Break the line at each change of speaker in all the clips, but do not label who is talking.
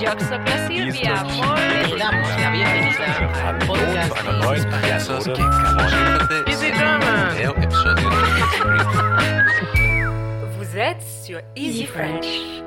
Jobsopla Silvia,
Listos.
muy
Le damos la bienvenida al podcast
Hallo zu einer neuen
Hispaniasos
Episode
que Caroline
Bitte
Bitte
kommen.
Episode
Vous êtes sur Easy French.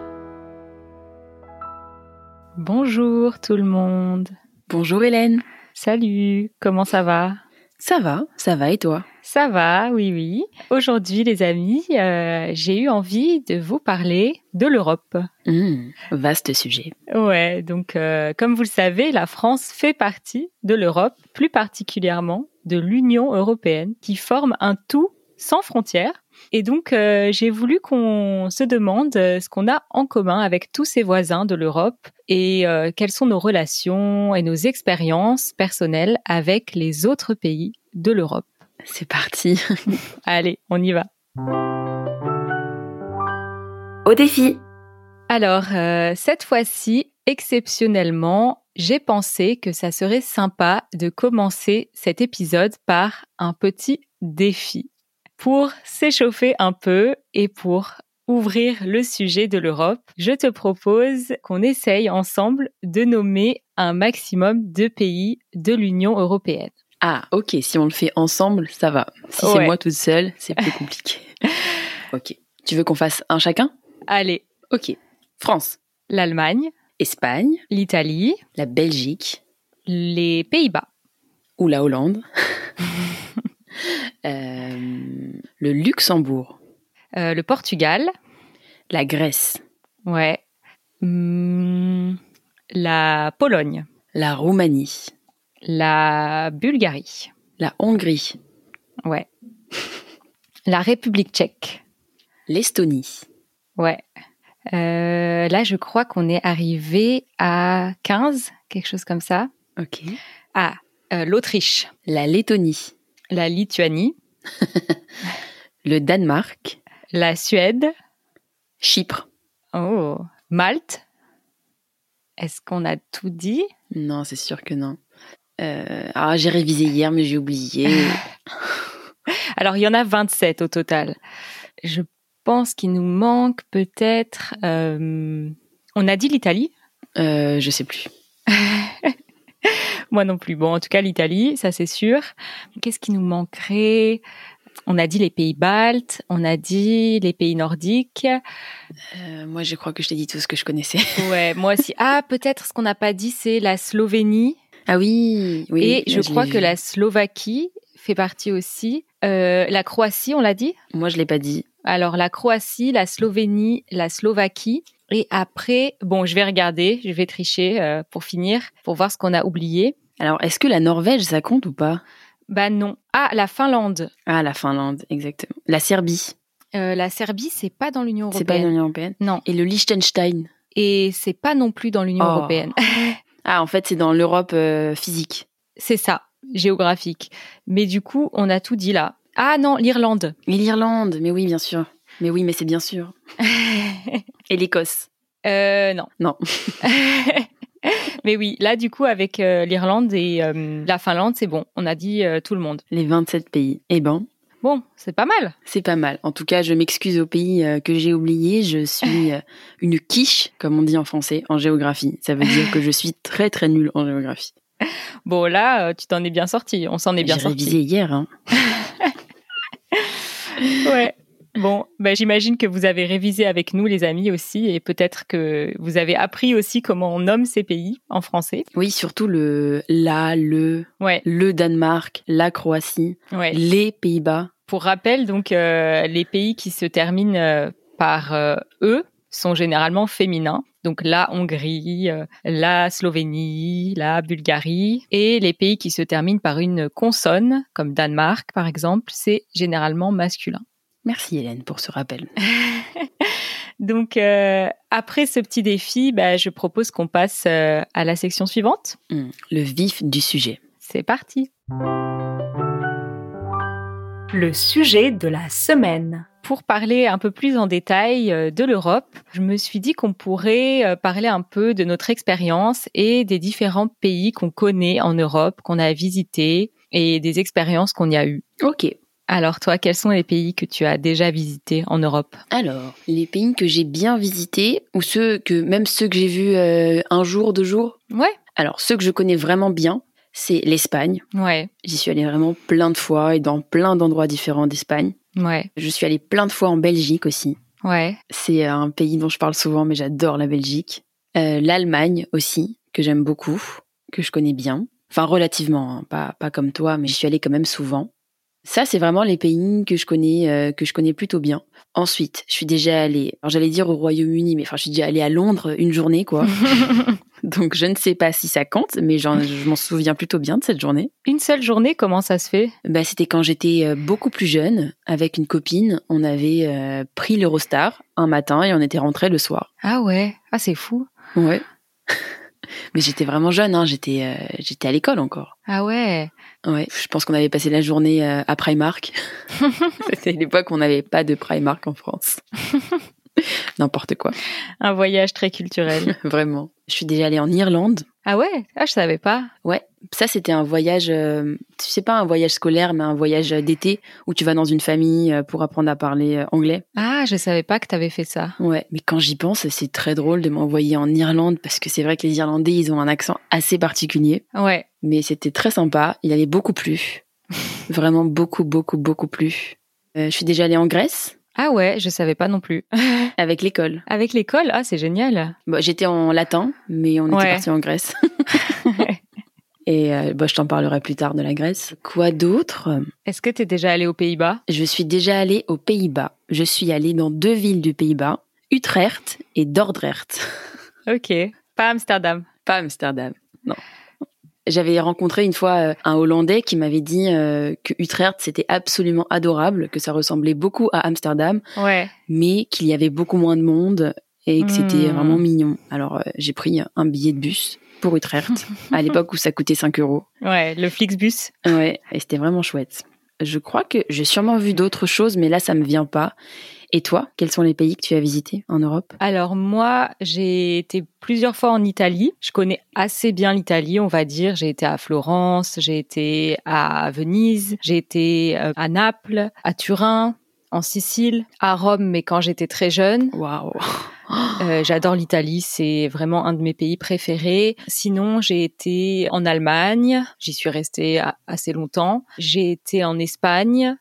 Bonjour tout le monde.
Bonjour Hélène.
Salut, comment ça va
Ça va, ça va et toi
Ça va, oui, oui. Aujourd'hui les amis, euh, j'ai eu envie de vous parler de l'Europe.
Hmm, Vaste sujet.
Ouais, donc euh, comme vous le savez, la France fait partie de l'Europe, plus particulièrement de l'Union européenne, qui forme un tout sans frontières. Et donc euh, j'ai voulu qu'on se demande euh, ce qu'on a en commun avec tous ces voisins de l'Europe et euh, quelles sont nos relations et nos expériences personnelles avec les autres pays de l'Europe.
C'est parti.
Allez, on y va.
Au défi
Alors, euh, cette fois-ci, exceptionnellement, j'ai pensé que ça serait sympa de commencer cet épisode par un petit défi pour s'échauffer un peu et pour ouvrir le sujet de l'Europe. Je te propose qu'on essaye ensemble de nommer un maximum de pays de l'Union européenne.
Ah, ok, si on le fait ensemble, ça va. Si c'est
Ouais.
moi toute seule, c'est plus compliqué. ok. Tu veux qu'on fasse un chacun
Allez,
Ok. France,
l'Allemagne,
Espagne,
l'Italie,
la Belgique
les Pays-Bas,
ou la Hollande. Euh, le Luxembourg,
euh, le Portugal,
la Grèce,
Ouais. Hmm, la Pologne,
la Roumanie,
la Bulgarie,
la Hongrie,
ouais. La République tchèque,
l'Estonie,
ouais. Euh, là, je crois qu'on est arrivé à 15, quelque chose comme ça.
ok.
Ah, euh, l'Autriche,
la Lettonie,
la Lituanie,
le Danemark,
la Suède,
Chypre.
oh, Malte. Est-ce qu'on a tout dit
Non, c'est sûr que non. Euh, ah, j'ai révisé hier, mais j'ai oublié.
Alors, il y en a 27 au total. Je pense qu'il nous manque peut-être... euh, on a dit l'Italie
Euh, je sais plus.
Moi non plus. Bon, en tout cas, l'Italie, ça c'est sûr. Qu'est-ce qui nous manquerait On a dit les pays baltes, on a dit les pays nordiques.
Euh, moi, je crois que je t'ai dit tout ce que je connaissais.
Ouais, moi aussi. Ah, peut-être ce qu'on n'a pas dit, c'est la Slovénie.
Ah oui, oui.
Et je
l'ai
crois
vu.
que la Slovaquie fait partie aussi. Euh, la Croatie, on l'a dit
Moi, je l'ai pas dit.
Alors la Croatie, la Slovénie, la Slovaquie. Et après, bon, je vais regarder, je vais tricher euh, pour finir, pour voir ce qu'on a oublié.
Alors, est-ce que la Norvège, ça compte ou pas
Bah non. Ah, la Finlande.
Ah, la Finlande, exactement. La Serbie,
Euh, la Serbie, c'est pas dans l'Union
c'est pas
européenne.
l'Union européenne.
Non.
Et le Liechtenstein.
Et c'est pas non plus dans l'Union
Oh.
européenne.
Ah, en fait, c'est dans l'Europe euh, physique.
C'est ça, géographique. Mais du coup, on a tout dit là. Ah non, l'Irlande.
Et l'Irlande, mais oui, bien sûr. Mais oui, mais c'est bien sûr. Et l'Écosse.
Euh, non.
Non.
Mais oui, là du coup avec euh, l'Irlande et euh, la Finlande, c'est bon. On a dit euh, tout le monde.
Les 27 pays. Eh ben,
Bon, c'est pas mal.
C'est pas mal. En tout cas, je m'excuse aux pays euh, que j'ai oubliés. Je suis euh, une quiche, comme on dit en français, en géographie. Ça veut dire que je suis très très nulle en géographie.
Bon là, euh, tu t'en es bien sorti. On s'en est
J'ai
bien sorti.
révisé hier. hein.
Ouais. Bon, bah, j'imagine que vous avez révisé avec nous, les amis, aussi, et peut-être que vous avez appris aussi comment on nomme ces pays en français.
Oui, surtout le la, le,
Ouais,
le Danemark, la Croatie,
ouais.
les Pays-Bas.
Pour rappel, donc, euh, les pays qui se terminent euh, par euh, E sont généralement féminins. Donc la Hongrie, euh, la Slovénie, la Bulgarie. Et les pays qui se terminent par une consonne, comme Danemark par exemple, c'est généralement masculin.
Merci Hélène pour ce rappel.
Donc, euh, après ce petit défi, bah, je propose qu'on passe euh, à la section suivante.
Hmm, Le vif du sujet.
C'est parti.
Le sujet de la semaine.
Pour parler un peu plus en détail euh, de l'Europe, je me suis dit qu'on pourrait euh, parler un peu de notre expérience et des différents pays qu'on connaît en Europe, qu'on a visités et des expériences qu'on y a eues.
Ok.
Alors toi, quels sont les pays que tu as déjà visités en Europe
Alors, les pays que j'ai bien visités, ou ceux que, même ceux que j'ai vus euh, un jour, deux jours.
Ouais.
Alors, ceux que je connais vraiment bien, c'est l'Espagne.
Ouais,
J'y suis allée vraiment plein de fois et dans plein d'endroits différents d'Espagne.
ouais,
Je suis allée plein de fois en Belgique aussi.
ouais.
C'est euh, un pays dont je parle souvent, mais j'adore la Belgique. Euh, L'Allemagne aussi, que j'aime beaucoup, que je connais bien. Enfin, relativement, hein, pas, pas comme toi, mais j'y suis allée quand même souvent. Ça, c'est vraiment les pays que je connais, euh, que je connais plutôt bien. Ensuite, je suis déjà allée, alors j'allais dire au Royaume-Uni, mais enfin, je suis déjà allée à Londres une journée, quoi. Donc, je ne sais pas si ça compte, mais j'en- je m'en souviens plutôt bien de cette journée.
Une seule journée, comment ça se fait
Bah, c'était quand j'étais euh, beaucoup plus jeune, avec une copine. On avait euh, pris l'Eurostar un matin et on était rentrés le soir.
Ah ouais, ah c'est fou.
Ouais. Mais j'étais vraiment jeune, hein. j'étais euh, j'étais à l'école encore.
Ah ouais,
Ouais, je pense qu'on avait passé la journée euh, à Primark. C'était l'époque où on n'avait pas de Primark en France. N'importe quoi,
un voyage très culturel.
vraiment. Je suis déjà allée en Irlande.
ah ouais, ah je savais pas.
Ouais, ça c'était un voyage, euh, c'est pas un voyage scolaire, mais un voyage euh, d'été où tu vas dans une famille euh, pour apprendre à parler euh, anglais.
Ah, je savais pas que t'avais fait ça.
Ouais, mais quand j'y pense, c'est très drôle de m'envoyer en Irlande parce que c'est vrai que les Irlandais, ils ont un accent assez particulier.
Ouais,
mais c'était très sympa. Il allait beaucoup plus. Vraiment beaucoup, beaucoup, beaucoup plus. Euh, je suis déjà allée en Grèce
ah ouais, je savais pas non plus.
avec l'école.
Avec l'école, ah c'est génial.
Bon, J'étais en latin, mais on
Ouais.
était parti en Grèce. Et euh, bah, je t'en parlerai plus tard de la Grèce. Quoi d'autre
Est-ce que t'es déjà allé aux Pays-Bas
Je suis déjà allée aux Pays-Bas. Je suis allée dans deux villes du Pays-Bas, Utrecht et Dordrecht.
Ok, pas Amsterdam.
Pas Amsterdam, non. J'avais rencontré une fois euh, un Hollandais qui m'avait dit euh, que Utrecht c'était absolument adorable, que ça ressemblait beaucoup à Amsterdam,
Ouais,
mais qu'il y avait beaucoup moins de monde et que c'était
Hmm.
vraiment mignon. Alors euh, j'ai pris un billet de bus pour Utrecht à l'époque où ça coûtait 5 euros.
ouais, le Flixbus.
Ouais, et c'était vraiment chouette. Je crois que j'ai sûrement vu d'autres choses, mais là ça me vient pas. Et toi, quels sont les pays que tu as visités en Europe
Alors moi, j'ai été plusieurs fois en Italie. Je connais assez bien l'Italie, on va dire. J'ai été à Florence, j'ai été à Venise, j'ai été euh, à Naples, à Turin, en Sicile, à Rome, mais quand j'étais très jeune.
Waouh
Euh, J'adore l'Italie, c'est vraiment un de mes pays préférés. Sinon, j'ai été en Allemagne, j'y suis restée a- assez longtemps. J'ai été en Espagne,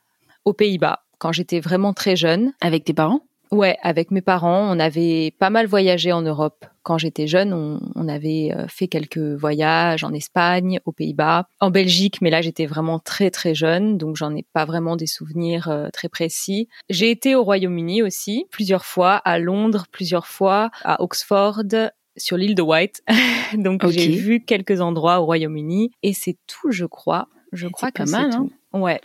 aux Pays-Bas, quand j'étais vraiment très jeune.
Avec tes parents
Ouais, avec mes parents, on avait pas mal voyagé en Europe. Quand j'étais jeune, on, on avait euh, fait quelques voyages en Espagne, aux Pays-Bas, en Belgique, mais là j'étais vraiment très très jeune, donc j'en ai pas vraiment des souvenirs euh, très précis. J'ai été au Royaume-Uni aussi, plusieurs fois, à Londres, plusieurs fois, à Oxford, sur l'île de White. donc
Ok.
j'ai vu quelques endroits au Royaume-Uni, et c'est tout, je crois. Je crois
pas
que c'est
mal, hein.
tout. Ouais.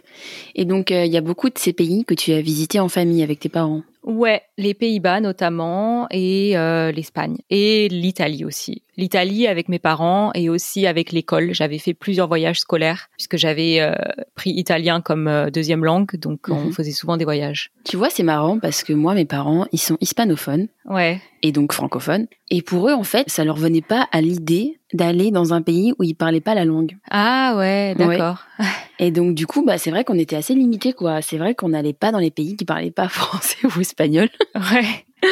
Et donc euh, il y a beaucoup de ces pays que tu as visités en famille avec tes parents.
Ouais, les Pays-Bas notamment et euh, l'Espagne et l'Italie aussi. L'Italie avec mes parents et aussi avec l'école. J'avais fait plusieurs voyages scolaires puisque j'avais euh, pris italien comme euh, deuxième langue, donc on
Mhm.
faisait souvent des voyages.
Tu vois, c'est marrant parce que moi, mes parents, ils sont hispanophones
Ouais,
et donc francophones. Et pour eux, en fait, ça leur venait pas à l'idée d'aller dans un pays où ils parlaient pas la langue.
ah ouais, d'accord.
Et donc, du coup, bah, c'est vrai qu'on était assez limité, quoi. C'est vrai qu'on n'allait pas dans les pays qui parlaient pas français ou espagnol.
Ouais,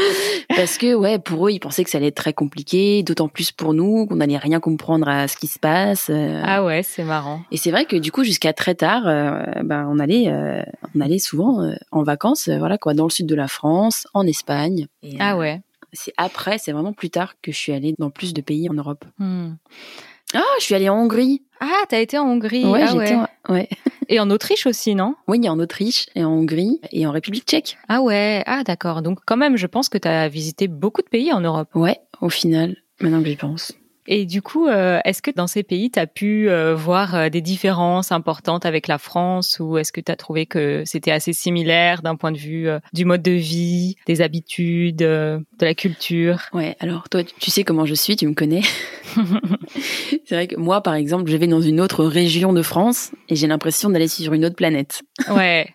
Parce que, ouais, pour eux, ils pensaient que ça allait être très compliqué, d'autant plus pour nous, qu'on n'allait rien comprendre à ce qui se passe. euh.
ah ouais, c'est marrant.
Et c'est vrai que, du coup, jusqu'à très tard, euh, bah, on allait, euh, on allait souvent euh, en vacances, euh, voilà, quoi, dans le sud de la France, en Espagne. Et,
Ah
euh,
ouais.
C'est après, c'est vraiment plus tard que je suis allée dans plus de pays en Europe.
Hmm.
Ah, je suis allée en Hongrie.
Ah, t'as été en Hongrie. ah
j'étais
ouais.
en- ouais.
Et en Autriche aussi, non
Oui, en Autriche et en Hongrie et en République tchèque.
Ah ouais, ah d'accord. Donc quand même, je pense que t'as visité beaucoup de pays en Europe.
Ouais, au final, maintenant que j'y pense.
Et du coup, euh, est-ce que dans ces pays, tu as pu euh, voir euh, des différences importantes avec la France ou est-ce que tu as trouvé que c'était assez similaire d'un point de vue euh, du mode de vie, des habitudes, euh, de la culture
Ouais, alors toi, tu- tu sais comment je suis, tu me connais. c'est vrai que moi, par exemple, je vais dans une autre région de France et j'ai l'impression d'aller sur une autre planète.
Ouais,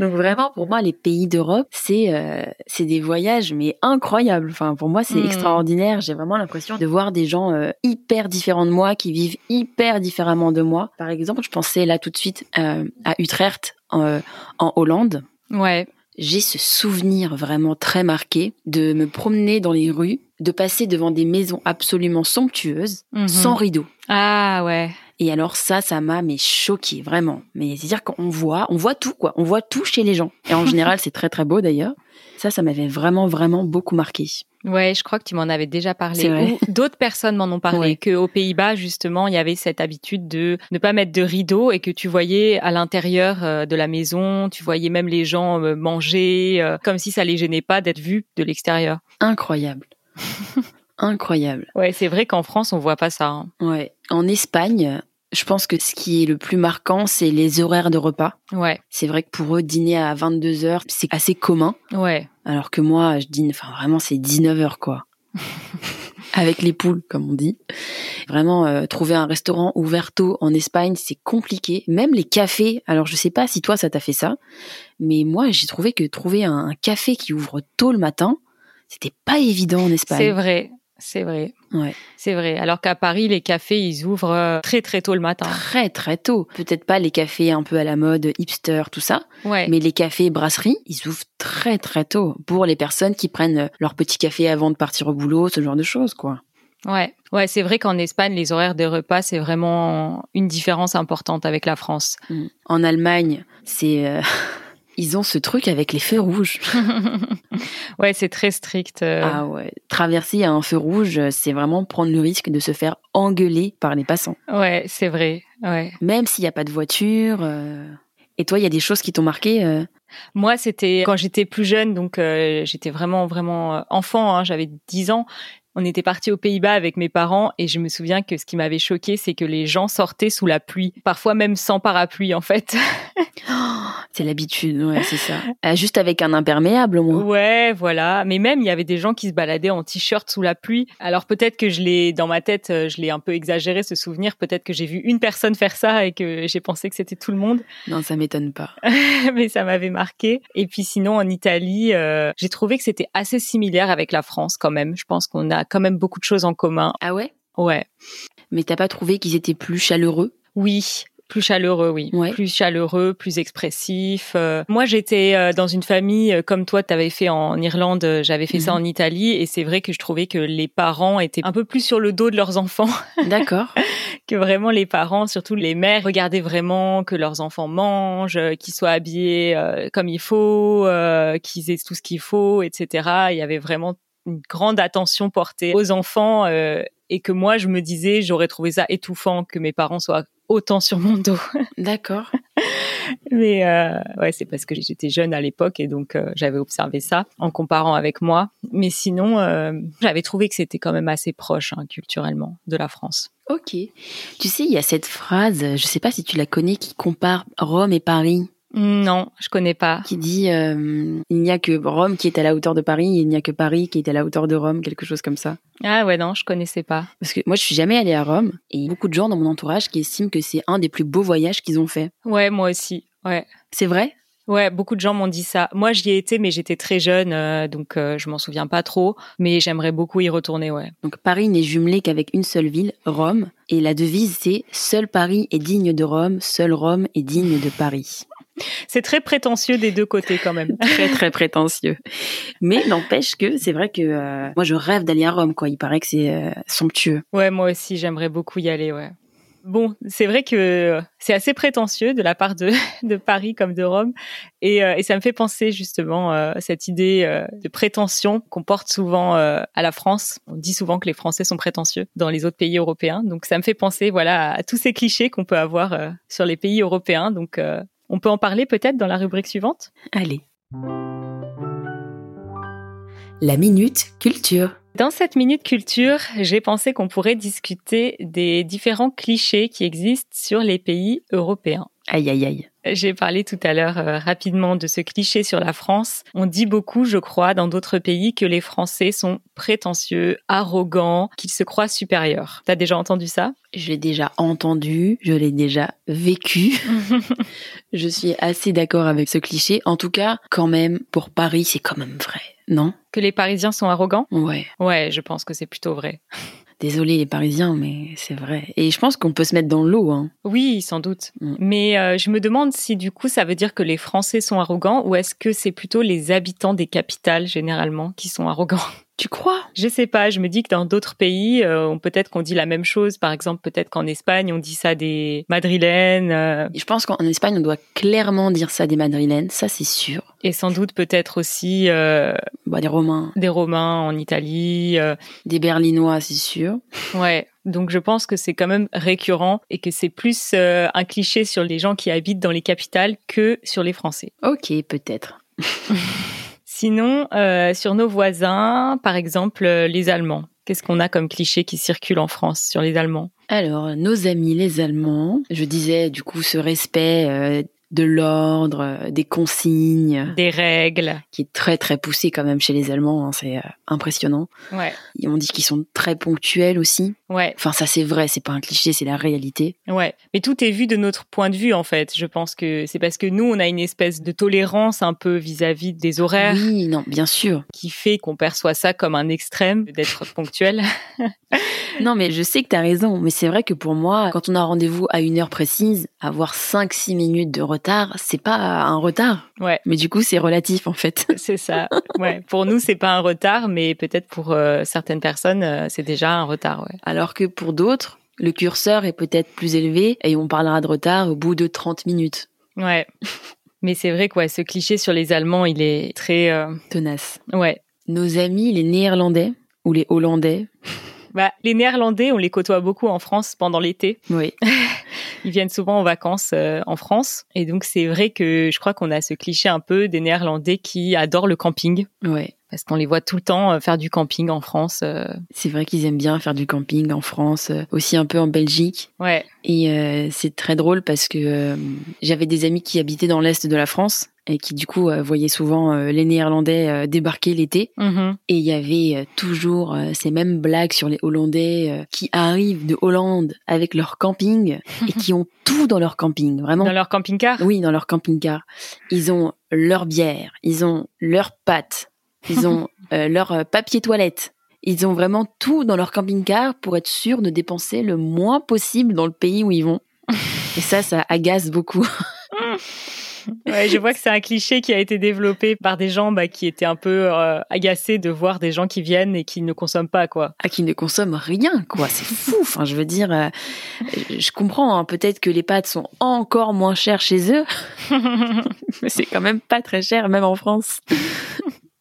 Donc vraiment, pour moi, les pays d'Europe, c'est euh, c'est des voyages mais incroyables. Enfin, pour moi, c'est
Mm.
extraordinaire. J'ai vraiment l'impression de voir des gens euh, euh, hyper différents de moi, qui vivent hyper différemment de moi. Par exemple, je pensais là tout de suite euh, à Utrecht en- en Hollande
Ouais.
j'ai ce souvenir vraiment très marqué de me promener dans les rues, de passer devant des maisons absolument somptueuses,
Mhm.
sans rideaux.
Ah ouais.
Et alors ça, ça m'a mais choqué vraiment. Mais c'est-à-dire qu'on voit, on voit tout quoi, on voit tout chez les gens. Et en général, c'est très très beau d'ailleurs. Ça, ça m'avait vraiment vraiment beaucoup marqué.
Ouais, je crois que tu m'en avais déjà parlé.
C'est vrai.
Ou d'autres personnes m'en ont parlé.
Ouais.
Que aux Pays-Bas, justement, il y avait cette habitude de ne pas mettre de rideau et que tu voyais à l'intérieur euh, de la maison, tu voyais même les gens euh, manger, euh, comme si ça les gênait pas d'être vus de l'extérieur.
Incroyable, incroyable.
Ouais, c'est vrai qu'en France, on voit pas ça. hein.
Ouais. En Espagne, je pense que ce qui est le plus marquant, c'est les horaires de repas.
Ouais,
C'est vrai que pour eux, dîner à 22 heures, c'est assez commun.
ouais.
Alors que moi, je dîne, enfin vraiment, c'est 19h quoi. Avec les poules, comme on dit. Vraiment, euh, trouver un restaurant ouvert tôt en Espagne, c'est compliqué. Même les cafés. Alors, je sais pas si toi, ça t'a fait ça. Mais moi, j'ai trouvé que trouver un, un café qui ouvre tôt le matin, c'était pas évident en
C'est
Espagne.
vrai, c'est vrai.
Ouais.
C'est vrai. Alors qu'à Paris, les cafés, ils ouvrent euh, très très tôt le matin.
Très, très tôt. Peut-être pas les cafés un peu à la mode, hipster, tout ça.
Ouais.
Mais les cafés brasseries, ils ouvrent très, très tôt pour les personnes qui prennent euh, leur petit café avant de partir au boulot, ce genre de choses, quoi.
Ouais, ouais, c'est vrai qu'en Espagne, les horaires des repas, c'est vraiment une différence importante avec la France.
Mm. En Allemagne, c'est euh, ils ont ce truc avec les feux rouges.
ouais, c'est très strict. euh,
Ah ouais, traverser à un feu rouge, euh, c'est vraiment prendre le risque de se faire engueuler par les passants,
Ouais, c'est vrai. Ouais.
même s'il n'y a pas de voiture. euh. Et toi, il y a des choses qui t'ont marqué euh,
Moi, c'était quand j'étais plus jeune, donc euh, j'étais vraiment vraiment euh, enfant. hein, J'avais 10 ans. On était parti aux Pays-Bas avec mes parents et je me souviens que ce qui m'avait choqué, c'est que les gens sortaient sous la pluie, parfois même sans parapluie en fait.
C'est l'habitude, ouais, c'est ça. Euh, juste avec un imperméable au moins.
Ouais, voilà. Mais même, il y avait des gens qui se baladaient en t-shirt sous la pluie. Alors peut-être que je l'ai, dans ma tête, euh, je l'ai un peu exagéré ce souvenir. Peut-être que j'ai vu une personne faire ça et que j'ai pensé que c'était tout le monde.
Non, ça m'étonne pas.
Mais ça m'avait marqué. Et puis sinon, en Italie, euh, j'ai trouvé que c'était assez similaire avec la France quand même. Je pense qu'on a quand même beaucoup de choses en commun.
Ah ouais
Ouais.
Mais t'as pas trouvé qu'ils étaient plus chaleureux
Oui, plus chaleureux, oui.
Ouais.
Plus chaleureux, plus expressif. Euh, moi, j'étais euh, dans une famille euh, comme toi, t'avais fait en Irlande, euh, j'avais fait ça
Mhm.
en Italie, et c'est vrai que je trouvais que les parents étaient un peu plus sur le dos de leurs enfants,
D'accord.
que vraiment les parents, surtout les mères, regardaient vraiment que leurs enfants mangent, euh, qu'ils soient habillés euh, comme il faut, euh, qu'ils aient tout ce qu'il faut, etc. Il y avait vraiment une grande attention portée aux enfants. euh, et que moi, je me disais, j'aurais trouvé ça étouffant que mes parents soient autant sur mon dos.
D'accord.
Mais euh, ouais, c'est parce que j'étais jeune à l'époque et donc euh, j'avais observé ça en comparant avec moi. Mais sinon, euh, j'avais trouvé que c'était quand même assez proche hein, culturellement de la France.
Ok. Tu sais, il y a cette phrase, je sais pas si tu la connais, qui compare Rome et Paris.
Non, je connais pas.
qui dit euh, il n'y a que Rome qui est à la hauteur de Paris, il n'y a que Paris qui est à la hauteur de Rome, quelque chose comme ça.
Ah ouais, non, je connaissais pas.
Parce que moi, je suis jamais allée à Rome et beaucoup de gens dans mon entourage qui estiment que c'est un des plus beaux voyages qu'ils ont fait.
Ouais, moi aussi. Ouais.
C'est vrai
Ouais, beaucoup de gens m'ont dit ça. Moi, j'y ai été, mais j'étais très jeune, euh, donc euh, je m'en souviens pas trop. Mais j'aimerais beaucoup y retourner, ouais.
Donc Paris n'est jumelé qu'avec une seule ville, Rome, et la devise c'est seul Paris est digne de Rome, seul Rome est digne de Paris.
C'est très prétentieux des deux côtés quand même.
Très très prétentieux. Mais n'empêche que c'est vrai que euh, moi je rêve d'aller à Rome quoi, il paraît que c'est euh, somptueux.
Ouais, moi aussi, j'aimerais beaucoup y aller, ouais. Bon, c'est vrai que euh, c'est assez prétentieux de la part de, de Paris comme de Rome. Et, euh, et ça me fait penser justement euh, à cette idée euh, de prétention qu'on porte souvent euh, à la France. On dit souvent que les Français sont prétentieux dans les autres pays européens. Donc ça me fait penser voilà, à tous ces clichés qu'on peut avoir euh, sur les pays européens. Donc euh, on peut en parler peut-être dans la rubrique suivante.
Allez.
La minute culture.
Dans cette minute culture, j'ai pensé qu'on pourrait discuter des différents clichés qui existent sur les pays européens.
Aïe aïe aïe.
J'ai parlé tout à l'heure euh, rapidement de ce cliché sur la France. On dit beaucoup, je crois, dans d'autres pays que les Français sont prétentieux, arrogants, qu'ils se croient supérieurs. T'as déjà entendu ça
Je l'ai déjà entendu, je l'ai déjà vécu. Je suis assez d'accord avec ce cliché. En tout cas, quand même, pour Paris, c'est quand même vrai. Non
Que les Parisiens sont arrogants
Ouais.
Ouais, je pense que c'est plutôt vrai.
Désolé les Parisiens, mais c'est vrai. Et je pense qu'on peut se mettre dans l'eau. Hein.
Oui, sans doute.
Mm.
Mais euh, je me demande si du coup ça veut dire que les Français sont arrogants ou est-ce que c'est plutôt les habitants des capitales généralement qui sont arrogants
Tu crois
Je sais pas, je me dis que dans d'autres pays, euh, on- peut-être qu'on dit la même chose. Par exemple, peut-être qu'en Espagne, on dit ça des madrilènes euh,
Je pense qu'en Espagne, on doit clairement dire ça des Madrilènes, ça c'est sûr.
et sans doute peut-être aussi euh,
Bah, des Romains,
des Romains en Italie. euh,
des Berlinois, c'est sûr.
ouais. Donc je pense que c'est quand même récurrent et que c'est plus euh, un cliché sur les gens qui habitent dans les capitales que sur les Français.
Ok, peut-être.
Sinon, euh, sur nos voisins, par exemple euh, les Allemands. Qu'est-ce qu'on a comme cliché qui circule en France sur les Allemands
Alors, nos amis les Allemands, je disais du coup ce respect euh, de l'ordre, euh, des consignes,
Des règles.
qui est très très poussé quand même chez les Allemands, hein, c'est euh, impressionnant.
Ouais.
Et on dit qu'ils sont très ponctuels aussi.
Ouais,
Enfin, ça c'est vrai, c'est pas un cliché, c'est la réalité.
Ouais, mais tout est vu de notre point de vue en fait. Je pense que c'est parce que nous, on a une espèce de tolérance un peu vis-à-vis des horaires
Oui, non, bien sûr.
qui fait qu'on perçoit ça comme un extrême d'être ponctuel.
Non, mais je sais que t'as raison. Mais c'est vrai que pour moi, quand on a rendez-vous à une heure précise, avoir 5-6 minutes de retard, c'est pas un retard.
Ouais.
Mais du coup, c'est relatif, en fait.
C'est ça. Ouais. Pour nous, c'est pas un retard, mais peut-être pour euh, certaines personnes, euh, c'est déjà un retard. Ouais.
Alors que pour d'autres, le curseur est peut-être plus élevé et on parlera de retard au bout de 30 minutes.
Ouais. Mais c'est vrai quoi, ce cliché sur les Allemands, il est très euh,
Tenace.
ouais.
Nos amis, les Néerlandais ou les Hollandais.
Bah, les Néerlandais, on les côtoie beaucoup en France pendant l'été.
Oui.
Ils viennent souvent en vacances euh, en France. Et donc, c'est vrai que je crois qu'on a ce cliché un peu des Néerlandais qui adorent le camping.
Ouais.
Parce qu'on les voit tout le temps euh, faire du camping en France. euh.
C'est vrai qu'ils aiment bien faire du camping en France, euh, aussi un peu en Belgique.
Ouais,
Et euh, c'est très drôle parce que euh, j'avais des amis qui habitaient dans l'est de la France et qui du coup euh, voyaient souvent euh, les Néerlandais euh, débarquer l'été.
Mhm.
Et il y avait euh, toujours euh, ces mêmes blagues sur les Hollandais euh, qui arrivent de Hollande avec leur camping et qui ont tout dans leur camping, vraiment.
dans leur camping-car.
Oui, dans leur camping-car. Ils ont leur bière, ils ont leurs pâtes, ils ont euh, leur euh, papier toilette. Ils ont vraiment tout dans leur camping-car pour être sûrs de dépenser le moins possible dans le pays où ils vont. Et ça, ça agace beaucoup.
Ouais, je vois que c'est un cliché qui a été développé par des gens bah, qui étaient un peu euh, agacés de voir des gens qui viennent et qui ne consomment pas quoi.
À qui ne consomment rien, quoi. C'est fou. Enfin, je veux dire, euh, je comprends. hein, Peut-être que les pâtes sont encore moins chères chez eux, mais c'est quand même pas très cher, même en France.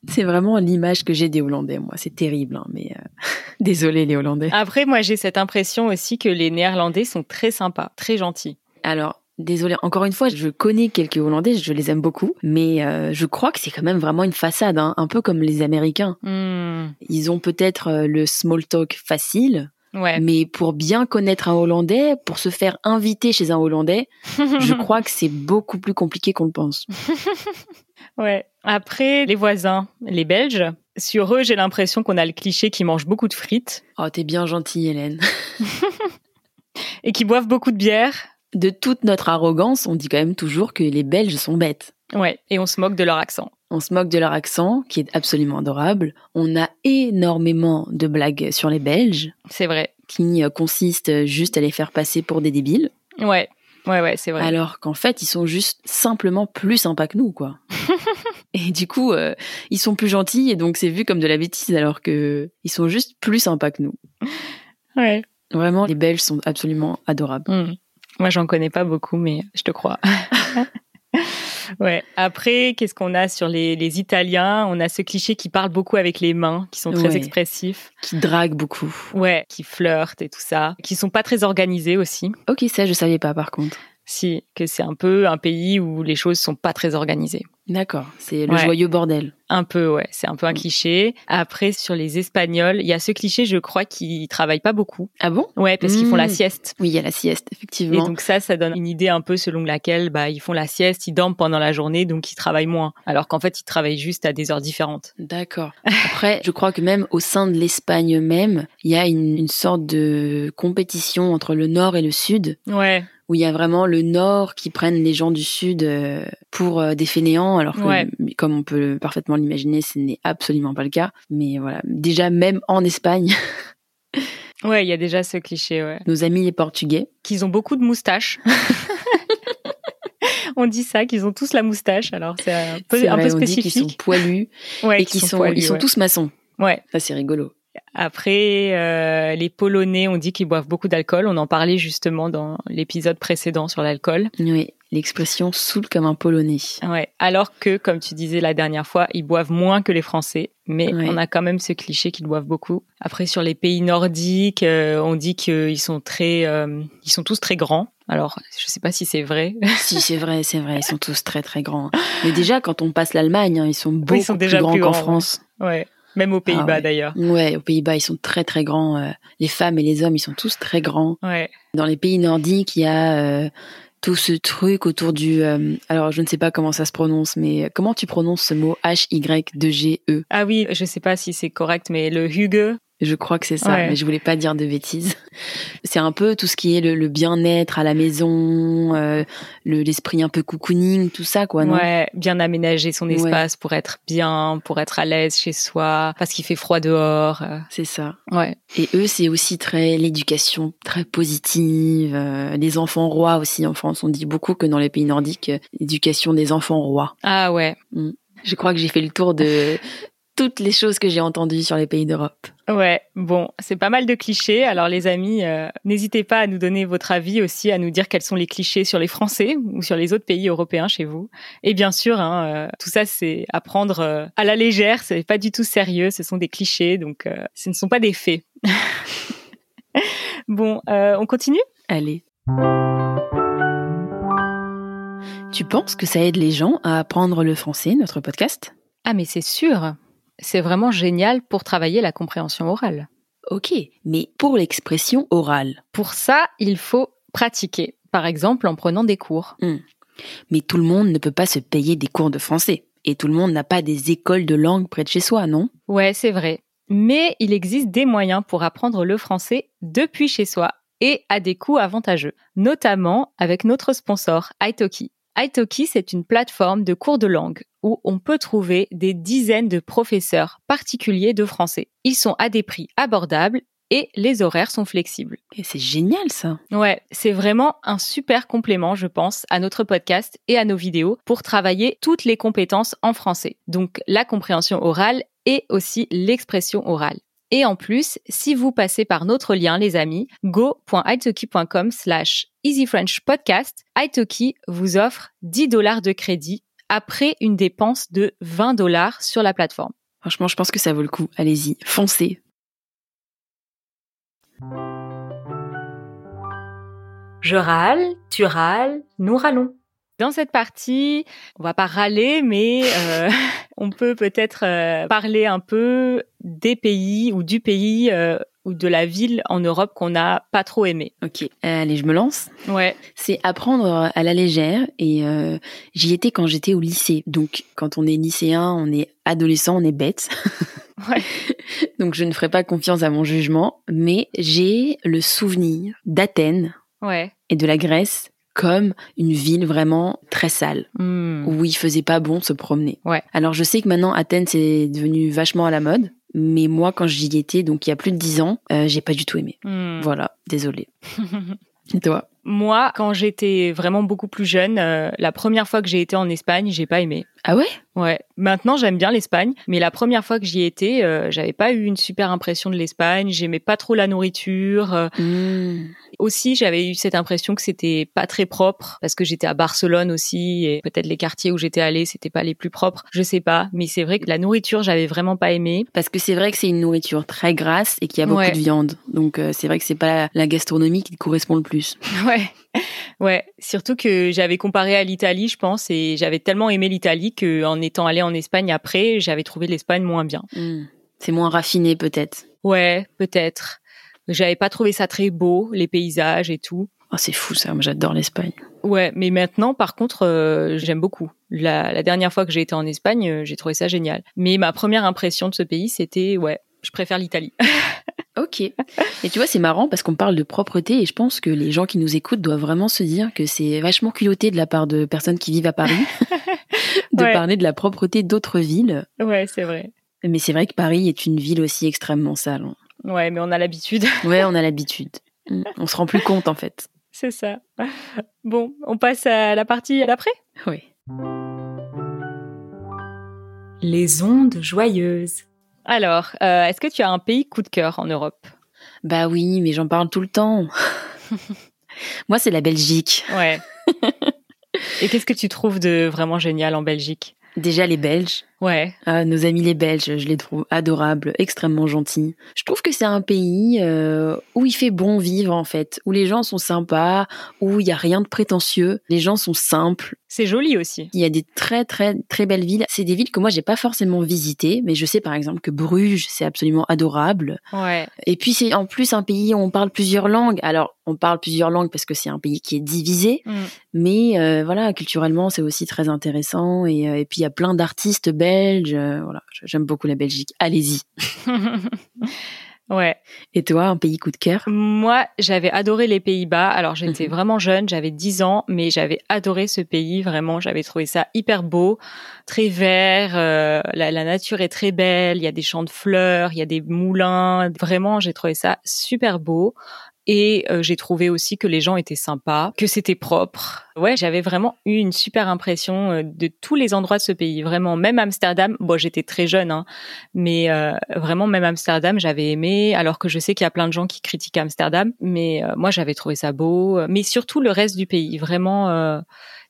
C'est vraiment l'image que j'ai des Hollandais, moi. C'est terrible, hein, mais désolé les Hollandais.
Après, moi, j'ai cette impression aussi que les Néerlandais sont très sympas, très gentils.
Alors, désolé, encore une fois, je connais quelques Hollandais, je les aime beaucoup, mais euh, je crois que c'est quand même vraiment une façade, hein, un peu comme les Américains.
Hmm,
Ils ont peut-être euh, le small talk facile,
Ouais.
mais pour bien connaître un Hollandais, pour se faire inviter chez un Hollandais, je crois que c'est beaucoup plus compliqué qu'on le pense.
Ouais. Après, les voisins, les Belges, sur eux, j'ai l'impression qu'on a le cliché qui mangent beaucoup de frites
Oh, t'es bien gentille, Hélène.
et qui boivent beaucoup de bière.
De toute notre arrogance, on dit quand même toujours que les Belges sont bêtes.
Ouais. Et on se moque de leur accent.
On se moque de leur accent, qui est absolument adorable. On a énormément de blagues sur les Belges.
C'est vrai.
qui euh, consiste juste à les faire passer pour des débiles,
Ouais. Ouais, ouais, c'est vrai.
alors qu'en fait, ils sont juste simplement plus sympas que nous, quoi. et du coup, euh, ils sont plus gentils et donc c'est vu comme de la bêtise, alors que ils sont juste plus sympas que nous.
Ouais.
Vraiment, les Belges sont absolument adorables.
Hmm. Moi, j'en connais pas beaucoup, mais je te crois. ouais. Après, qu'est-ce qu'on a sur les, les Italiens On a ce cliché qui parle beaucoup avec les mains, qui sont très
Ouais.
expressifs.
Qui draguent beaucoup.
Ouais. Qui flirtent et tout ça. Qui sont pas très organisés aussi.
Ok, ça, je savais pas, par contre.
Si, que c'est un peu un pays où les choses sont pas très organisées.
D'accord, c'est le
Ouais.
joyeux bordel.
Un peu, ouais, c'est un peu un
Mm.
cliché. Après, sur les Espagnols, il y a ce cliché, je crois, qu'ils travaillent pas beaucoup.
Ah bon
Ouais, parce qu'ils font la
Mm.
sieste.
Oui, il y a la sieste,
Et
effectivement.
donc ça, ça donne une idée un peu selon laquelle bah, ils font la sieste, ils dorment pendant la journée, donc ils travaillent moins. Alors qu'en fait, ils travaillent juste à des heures différentes.
D'accord. Après, je crois que même au sein de l'Espagne même, il y a une, une sorte de compétition entre le nord et le sud,
Ouais,
où il y a vraiment le nord qui prennent les gens du sud euh, pour euh, des fainéants, alors que,
Ouais.
comme on peut parfaitement l'imaginer, ce n'est absolument pas le cas. Mais voilà, déjà même en Espagne,
Ouais, il y a déjà ce cliché, ouais.
Nos amis les Portugais.
Qu'ils ont beaucoup de moustaches. On dit ça, qu'ils ont tous la moustache, alors c'est un peu,
C'est
un
vrai,
peu
on dit qu'ils
spécifique.
sont poilus
ouais,
et qu'ils
qu'ils
sont,
poilus,
ils sont
ouais.
tous maçons.
Ouais.
Ça, c'est rigolo.
Après, euh, les Polonais, on dit qu'ils boivent beaucoup d'alcool. On en parlait justement dans l'épisode précédent sur l'alcool.
Oui, l'expression saoule comme un Polonais.
Ouais. Alors que, comme tu disais la dernière fois, ils boivent moins que les Français. Mais
Ouais.
on a quand même ce cliché qu'ils boivent beaucoup. Après, sur les pays nordiques, euh, on dit qu'ils sont très, euh, ils sont tous très grands. Alors, je sais pas si c'est vrai.
si, c'est vrai, c'est vrai. Ils sont tous très, très grands. hein. Mais déjà, quand on passe l'Allemagne, hein, ils sont beaucoup
ils sont déjà
plus grands
plus
qu'en
grands, ouais.
France.
ouais. Même aux Pays-Bas
Ah ouais.
d'ailleurs.
Ouais, aux Pays-Bas, ils sont très, très grands. euh, Les femmes et les hommes, ils sont tous très grands.
Ouais.
Dans les pays nordiques, il y a euh, tout ce truc autour du... euh, alors, je ne sais pas comment ça se prononce, mais comment tu prononces ce mot H-Y-2-G-E
Ah oui, je sais pas si c'est correct, mais le Hugue.
E? Je crois que c'est ça,
Ouais.
mais je voulais pas dire de bêtises. C'est un peu tout ce qui est le, le bien-être à la maison, euh, le- l'esprit un peu cocooning, tout ça, quoi, non
ouais, bien aménager son
Ouais.
espace pour être bien, pour être à l'aise chez soi, parce qu'il fait froid dehors. euh,
C'est ça.
Ouais.
Et eux, c'est aussi très l'éducation très positive, euh, les enfants rois aussi. En France, on dit beaucoup que dans les pays nordiques, euh, l'éducation des enfants rois.
Ah ouais.
Je crois que j'ai fait le tour de toutes les choses que j'ai entendues sur les pays d'Europe.
Ouais, bon, c'est pas mal de clichés. Alors les amis, euh, n'hésitez pas à nous donner votre avis aussi, à nous dire quels sont les clichés sur les Français ou sur les autres pays européens chez vous. Et bien sûr, hein, euh, tout ça c'est à prendre euh, à la légère, c'est pas du tout sérieux, ce sont des clichés, donc euh, ce ne sont pas des faits. bon, euh, on continue
Allez. Tu penses que ça aide les gens à apprendre le français, notre podcast
Ah mais c'est sûr, c'est vraiment génial pour travailler la compréhension orale.
Ok, mais pour l'expression orale.
Pour ça, il faut pratiquer, par exemple en prenant des cours.
Mais tout le monde ne peut pas se payer des cours de français. Et tout le monde n'a pas des écoles de langue près de chez soi, non
Ouais, c'est vrai. Mais il existe des moyens pour apprendre le français depuis chez soi et à des coûts avantageux, notamment avec notre sponsor Italki. Italki, c'est une plateforme de cours de langue où on peut trouver des dizaines de professeurs particuliers de français. Ils sont à des prix abordables et les horaires sont flexibles.
Et c'est génial ça
Ouais, c'est vraiment un super complément, je pense, à notre podcast et à nos vidéos pour travailler toutes les compétences en français. Donc la compréhension orale et aussi l'expression orale. Et en plus, si vous passez par notre lien, les amis, go.italki.com slash easyfrenchpodcast, Italki vous offre 10 dollars de crédit après une dépense de 20 dollars sur la plateforme.
Franchement, je pense que ça vaut le coup. Allez-y, foncez
Je râle, tu râles, nous râlons.
Dans cette partie, on va pas râler, mais euh, on peut peut-être euh, parler un peu des pays ou du pays euh, ou de la ville en Europe qu'on n'a pas trop aimé.
Ok, allez, je me lance.
Ouais,
C'est apprendre euh, à la légère et euh, j'y étais quand j'étais au lycée. Donc, quand on est lycéen, on est adolescent, on est bête.
Ouais.
Donc, je ne ferai pas confiance à mon jugement, mais j'ai le souvenir d'Athènes
ouais.
et de la Grèce comme une ville vraiment très sale,
Hmm.
où il faisait pas bon se promener.
Ouais.
Alors je sais que maintenant Athènes c'est devenu vachement à la mode, mais moi quand j'y étais, donc il y a plus de 10 ans, euh, j'ai pas du tout aimé.
Hmm.
Voilà, désolée. Et toi
Moi, quand j'étais vraiment beaucoup plus jeune, euh, la première fois que j'ai été en Espagne, j'ai pas aimé.
Ah ouais
Ouais, maintenant j'aime bien l'Espagne, mais la première fois que j'y étais, euh, j'avais pas eu une super impression de l'Espagne, j'aimais pas trop la nourriture, euh,
Mmh.
Aussi, j'avais eu cette impression que c'était pas très propre parce que j'étais à Barcelone aussi et peut-être les quartiers où j'étais allée, c'était pas les plus propres, je sais pas, mais c'est vrai que la nourriture, j'avais vraiment pas aimé.
Parce que c'est vrai que c'est une nourriture très grasse et qu'il y a beaucoup
Ouais.
de viande. Donc euh, c'est vrai que c'est pas la gastronomie qui te correspond le plus.
Ouais. Ouais, surtout que j'avais comparé à l'Italie, je pense, et j'avais tellement aimé l'Italie que en étant allée en Espagne après, j'avais trouvé l'Espagne moins bien.
Mmh. C'est moins raffiné peut-être.
Ouais, peut-être. J'avais pas trouvé ça très beau, les paysages et tout.
Oh, c'est fou ça, moi j'adore l'Espagne.
Ouais, mais maintenant, par contre, euh, j'aime beaucoup. La, la dernière fois que j'ai été en Espagne, euh, j'ai trouvé ça génial. Mais ma première impression de ce pays, c'était, ouais, je préfère l'Italie.
Ok. Et tu vois, c'est marrant parce qu'on parle de propreté et je pense que les gens qui nous écoutent doivent vraiment se dire que c'est vachement culotté de la part de personnes qui vivent à Paris de
Ouais.
parler de la propreté d'autres villes.
ouais, c'est vrai.
Mais c'est vrai que Paris est une ville aussi extrêmement sale. hein.
Ouais, mais on a l'habitude.
Ouais, on a l'habitude. Mm. On se rend plus compte en fait.
C'est ça. Bon, on passe à la partie à l'après
Oui.
Les ondes joyeuses.
Alors, euh, est-ce que tu as un pays coup de cœur en Europe
Bah oui, mais j'en parle tout le temps. Moi, c'est la Belgique.
Ouais. Et qu'est-ce que tu trouves de vraiment génial en Belgique
Déjà les Belges.
Ouais.
Ah, nos amis les Belges, je les trouve adorables, extrêmement gentils. Je trouve que c'est un pays euh, où il fait bon vivre en fait, où les gens sont sympas, où il y a rien de prétentieux, les gens sont simples.
C'est joli aussi.
Il y a des très très très belles villes. C'est des villes que moi j'ai pas forcément visitées, mais je sais par exemple que Bruges c'est absolument adorable.
Ouais.
Et puis c'est en plus un pays où on parle plusieurs langues. Alors on parle plusieurs langues parce que c'est un pays qui est divisé,
Mm.
mais euh, voilà culturellement c'est aussi très intéressant. Et, euh, et puis il y a plein d'artistes belges. euh, voilà, j'aime beaucoup la Belgique. Allez-y.
ouais.
Et toi, un pays coup de cœur
Moi, j'avais adoré les Pays-Bas. Alors, j'étais
Mhm.
vraiment jeune, j'avais 10 ans, mais j'avais adoré ce pays, vraiment. J'avais trouvé ça hyper beau, très vert, euh, la, la nature est très belle, il y a des champs de fleurs, il y a des moulins. Vraiment, j'ai trouvé ça super beau. Et euh, j'ai trouvé aussi que les gens étaient sympas, que c'était propre. Ouais, j'avais vraiment eu une super impression euh, de tous les endroits de ce pays. Vraiment, même Amsterdam. Bon, j'étais très jeune, hein, mais euh, vraiment, même Amsterdam, j'avais aimé. Alors que je sais qu'il y a plein de gens qui critiquent Amsterdam, mais euh, moi, j'avais trouvé ça beau. euh, Mais surtout le reste du pays, vraiment euh,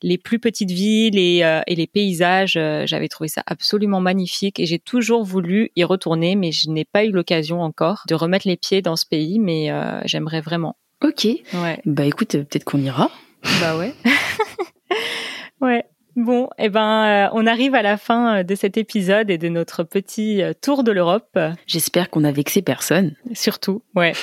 les plus petites villes et, euh, et les paysages, euh, j'avais trouvé ça absolument magnifique. Et j'ai toujours voulu y retourner, mais je n'ai pas eu l'occasion encore de remettre les pieds dans ce pays. Mais euh, j'aimerais vraiment.
Ok.
Ouais.
Bah écoute, euh, peut-être qu'on ira.
Bah ouais. ouais. Bon, eh ben, euh, on arrive à la fin euh, de cet épisode et de notre petit euh, tour de l'Europe, euh,
J'espère qu'on a vexé personne.
surtout. Ouais.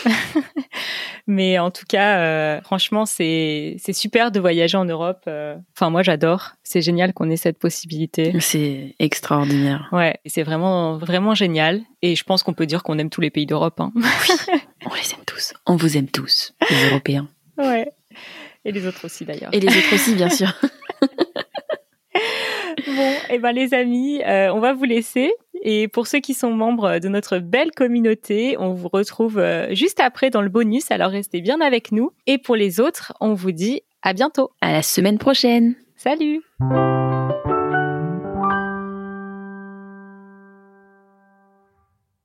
Mais en tout cas, euh, franchement, c'est c'est super de voyager en Europe. euh. Enfin, moi, j'adore. C'est génial qu'on ait cette possibilité.
C'est extraordinaire.
Ouais, et c'est vraiment vraiment génial. Et je pense qu'on peut dire qu'on aime tous les pays d'Europe. Hein.
On les aime tous. On vous aime tous, les Européens.
Ouais. Et les autres aussi d'ailleurs.
Et les autres aussi, bien sûr.
Bon, et ben les amis, euh, on va vous laisser. Et pour ceux qui sont membres de notre belle communauté, on vous retrouve euh, juste après dans le bonus. Alors restez bien avec nous. Et pour les autres, on vous dit à bientôt.
À la semaine prochaine.
Salut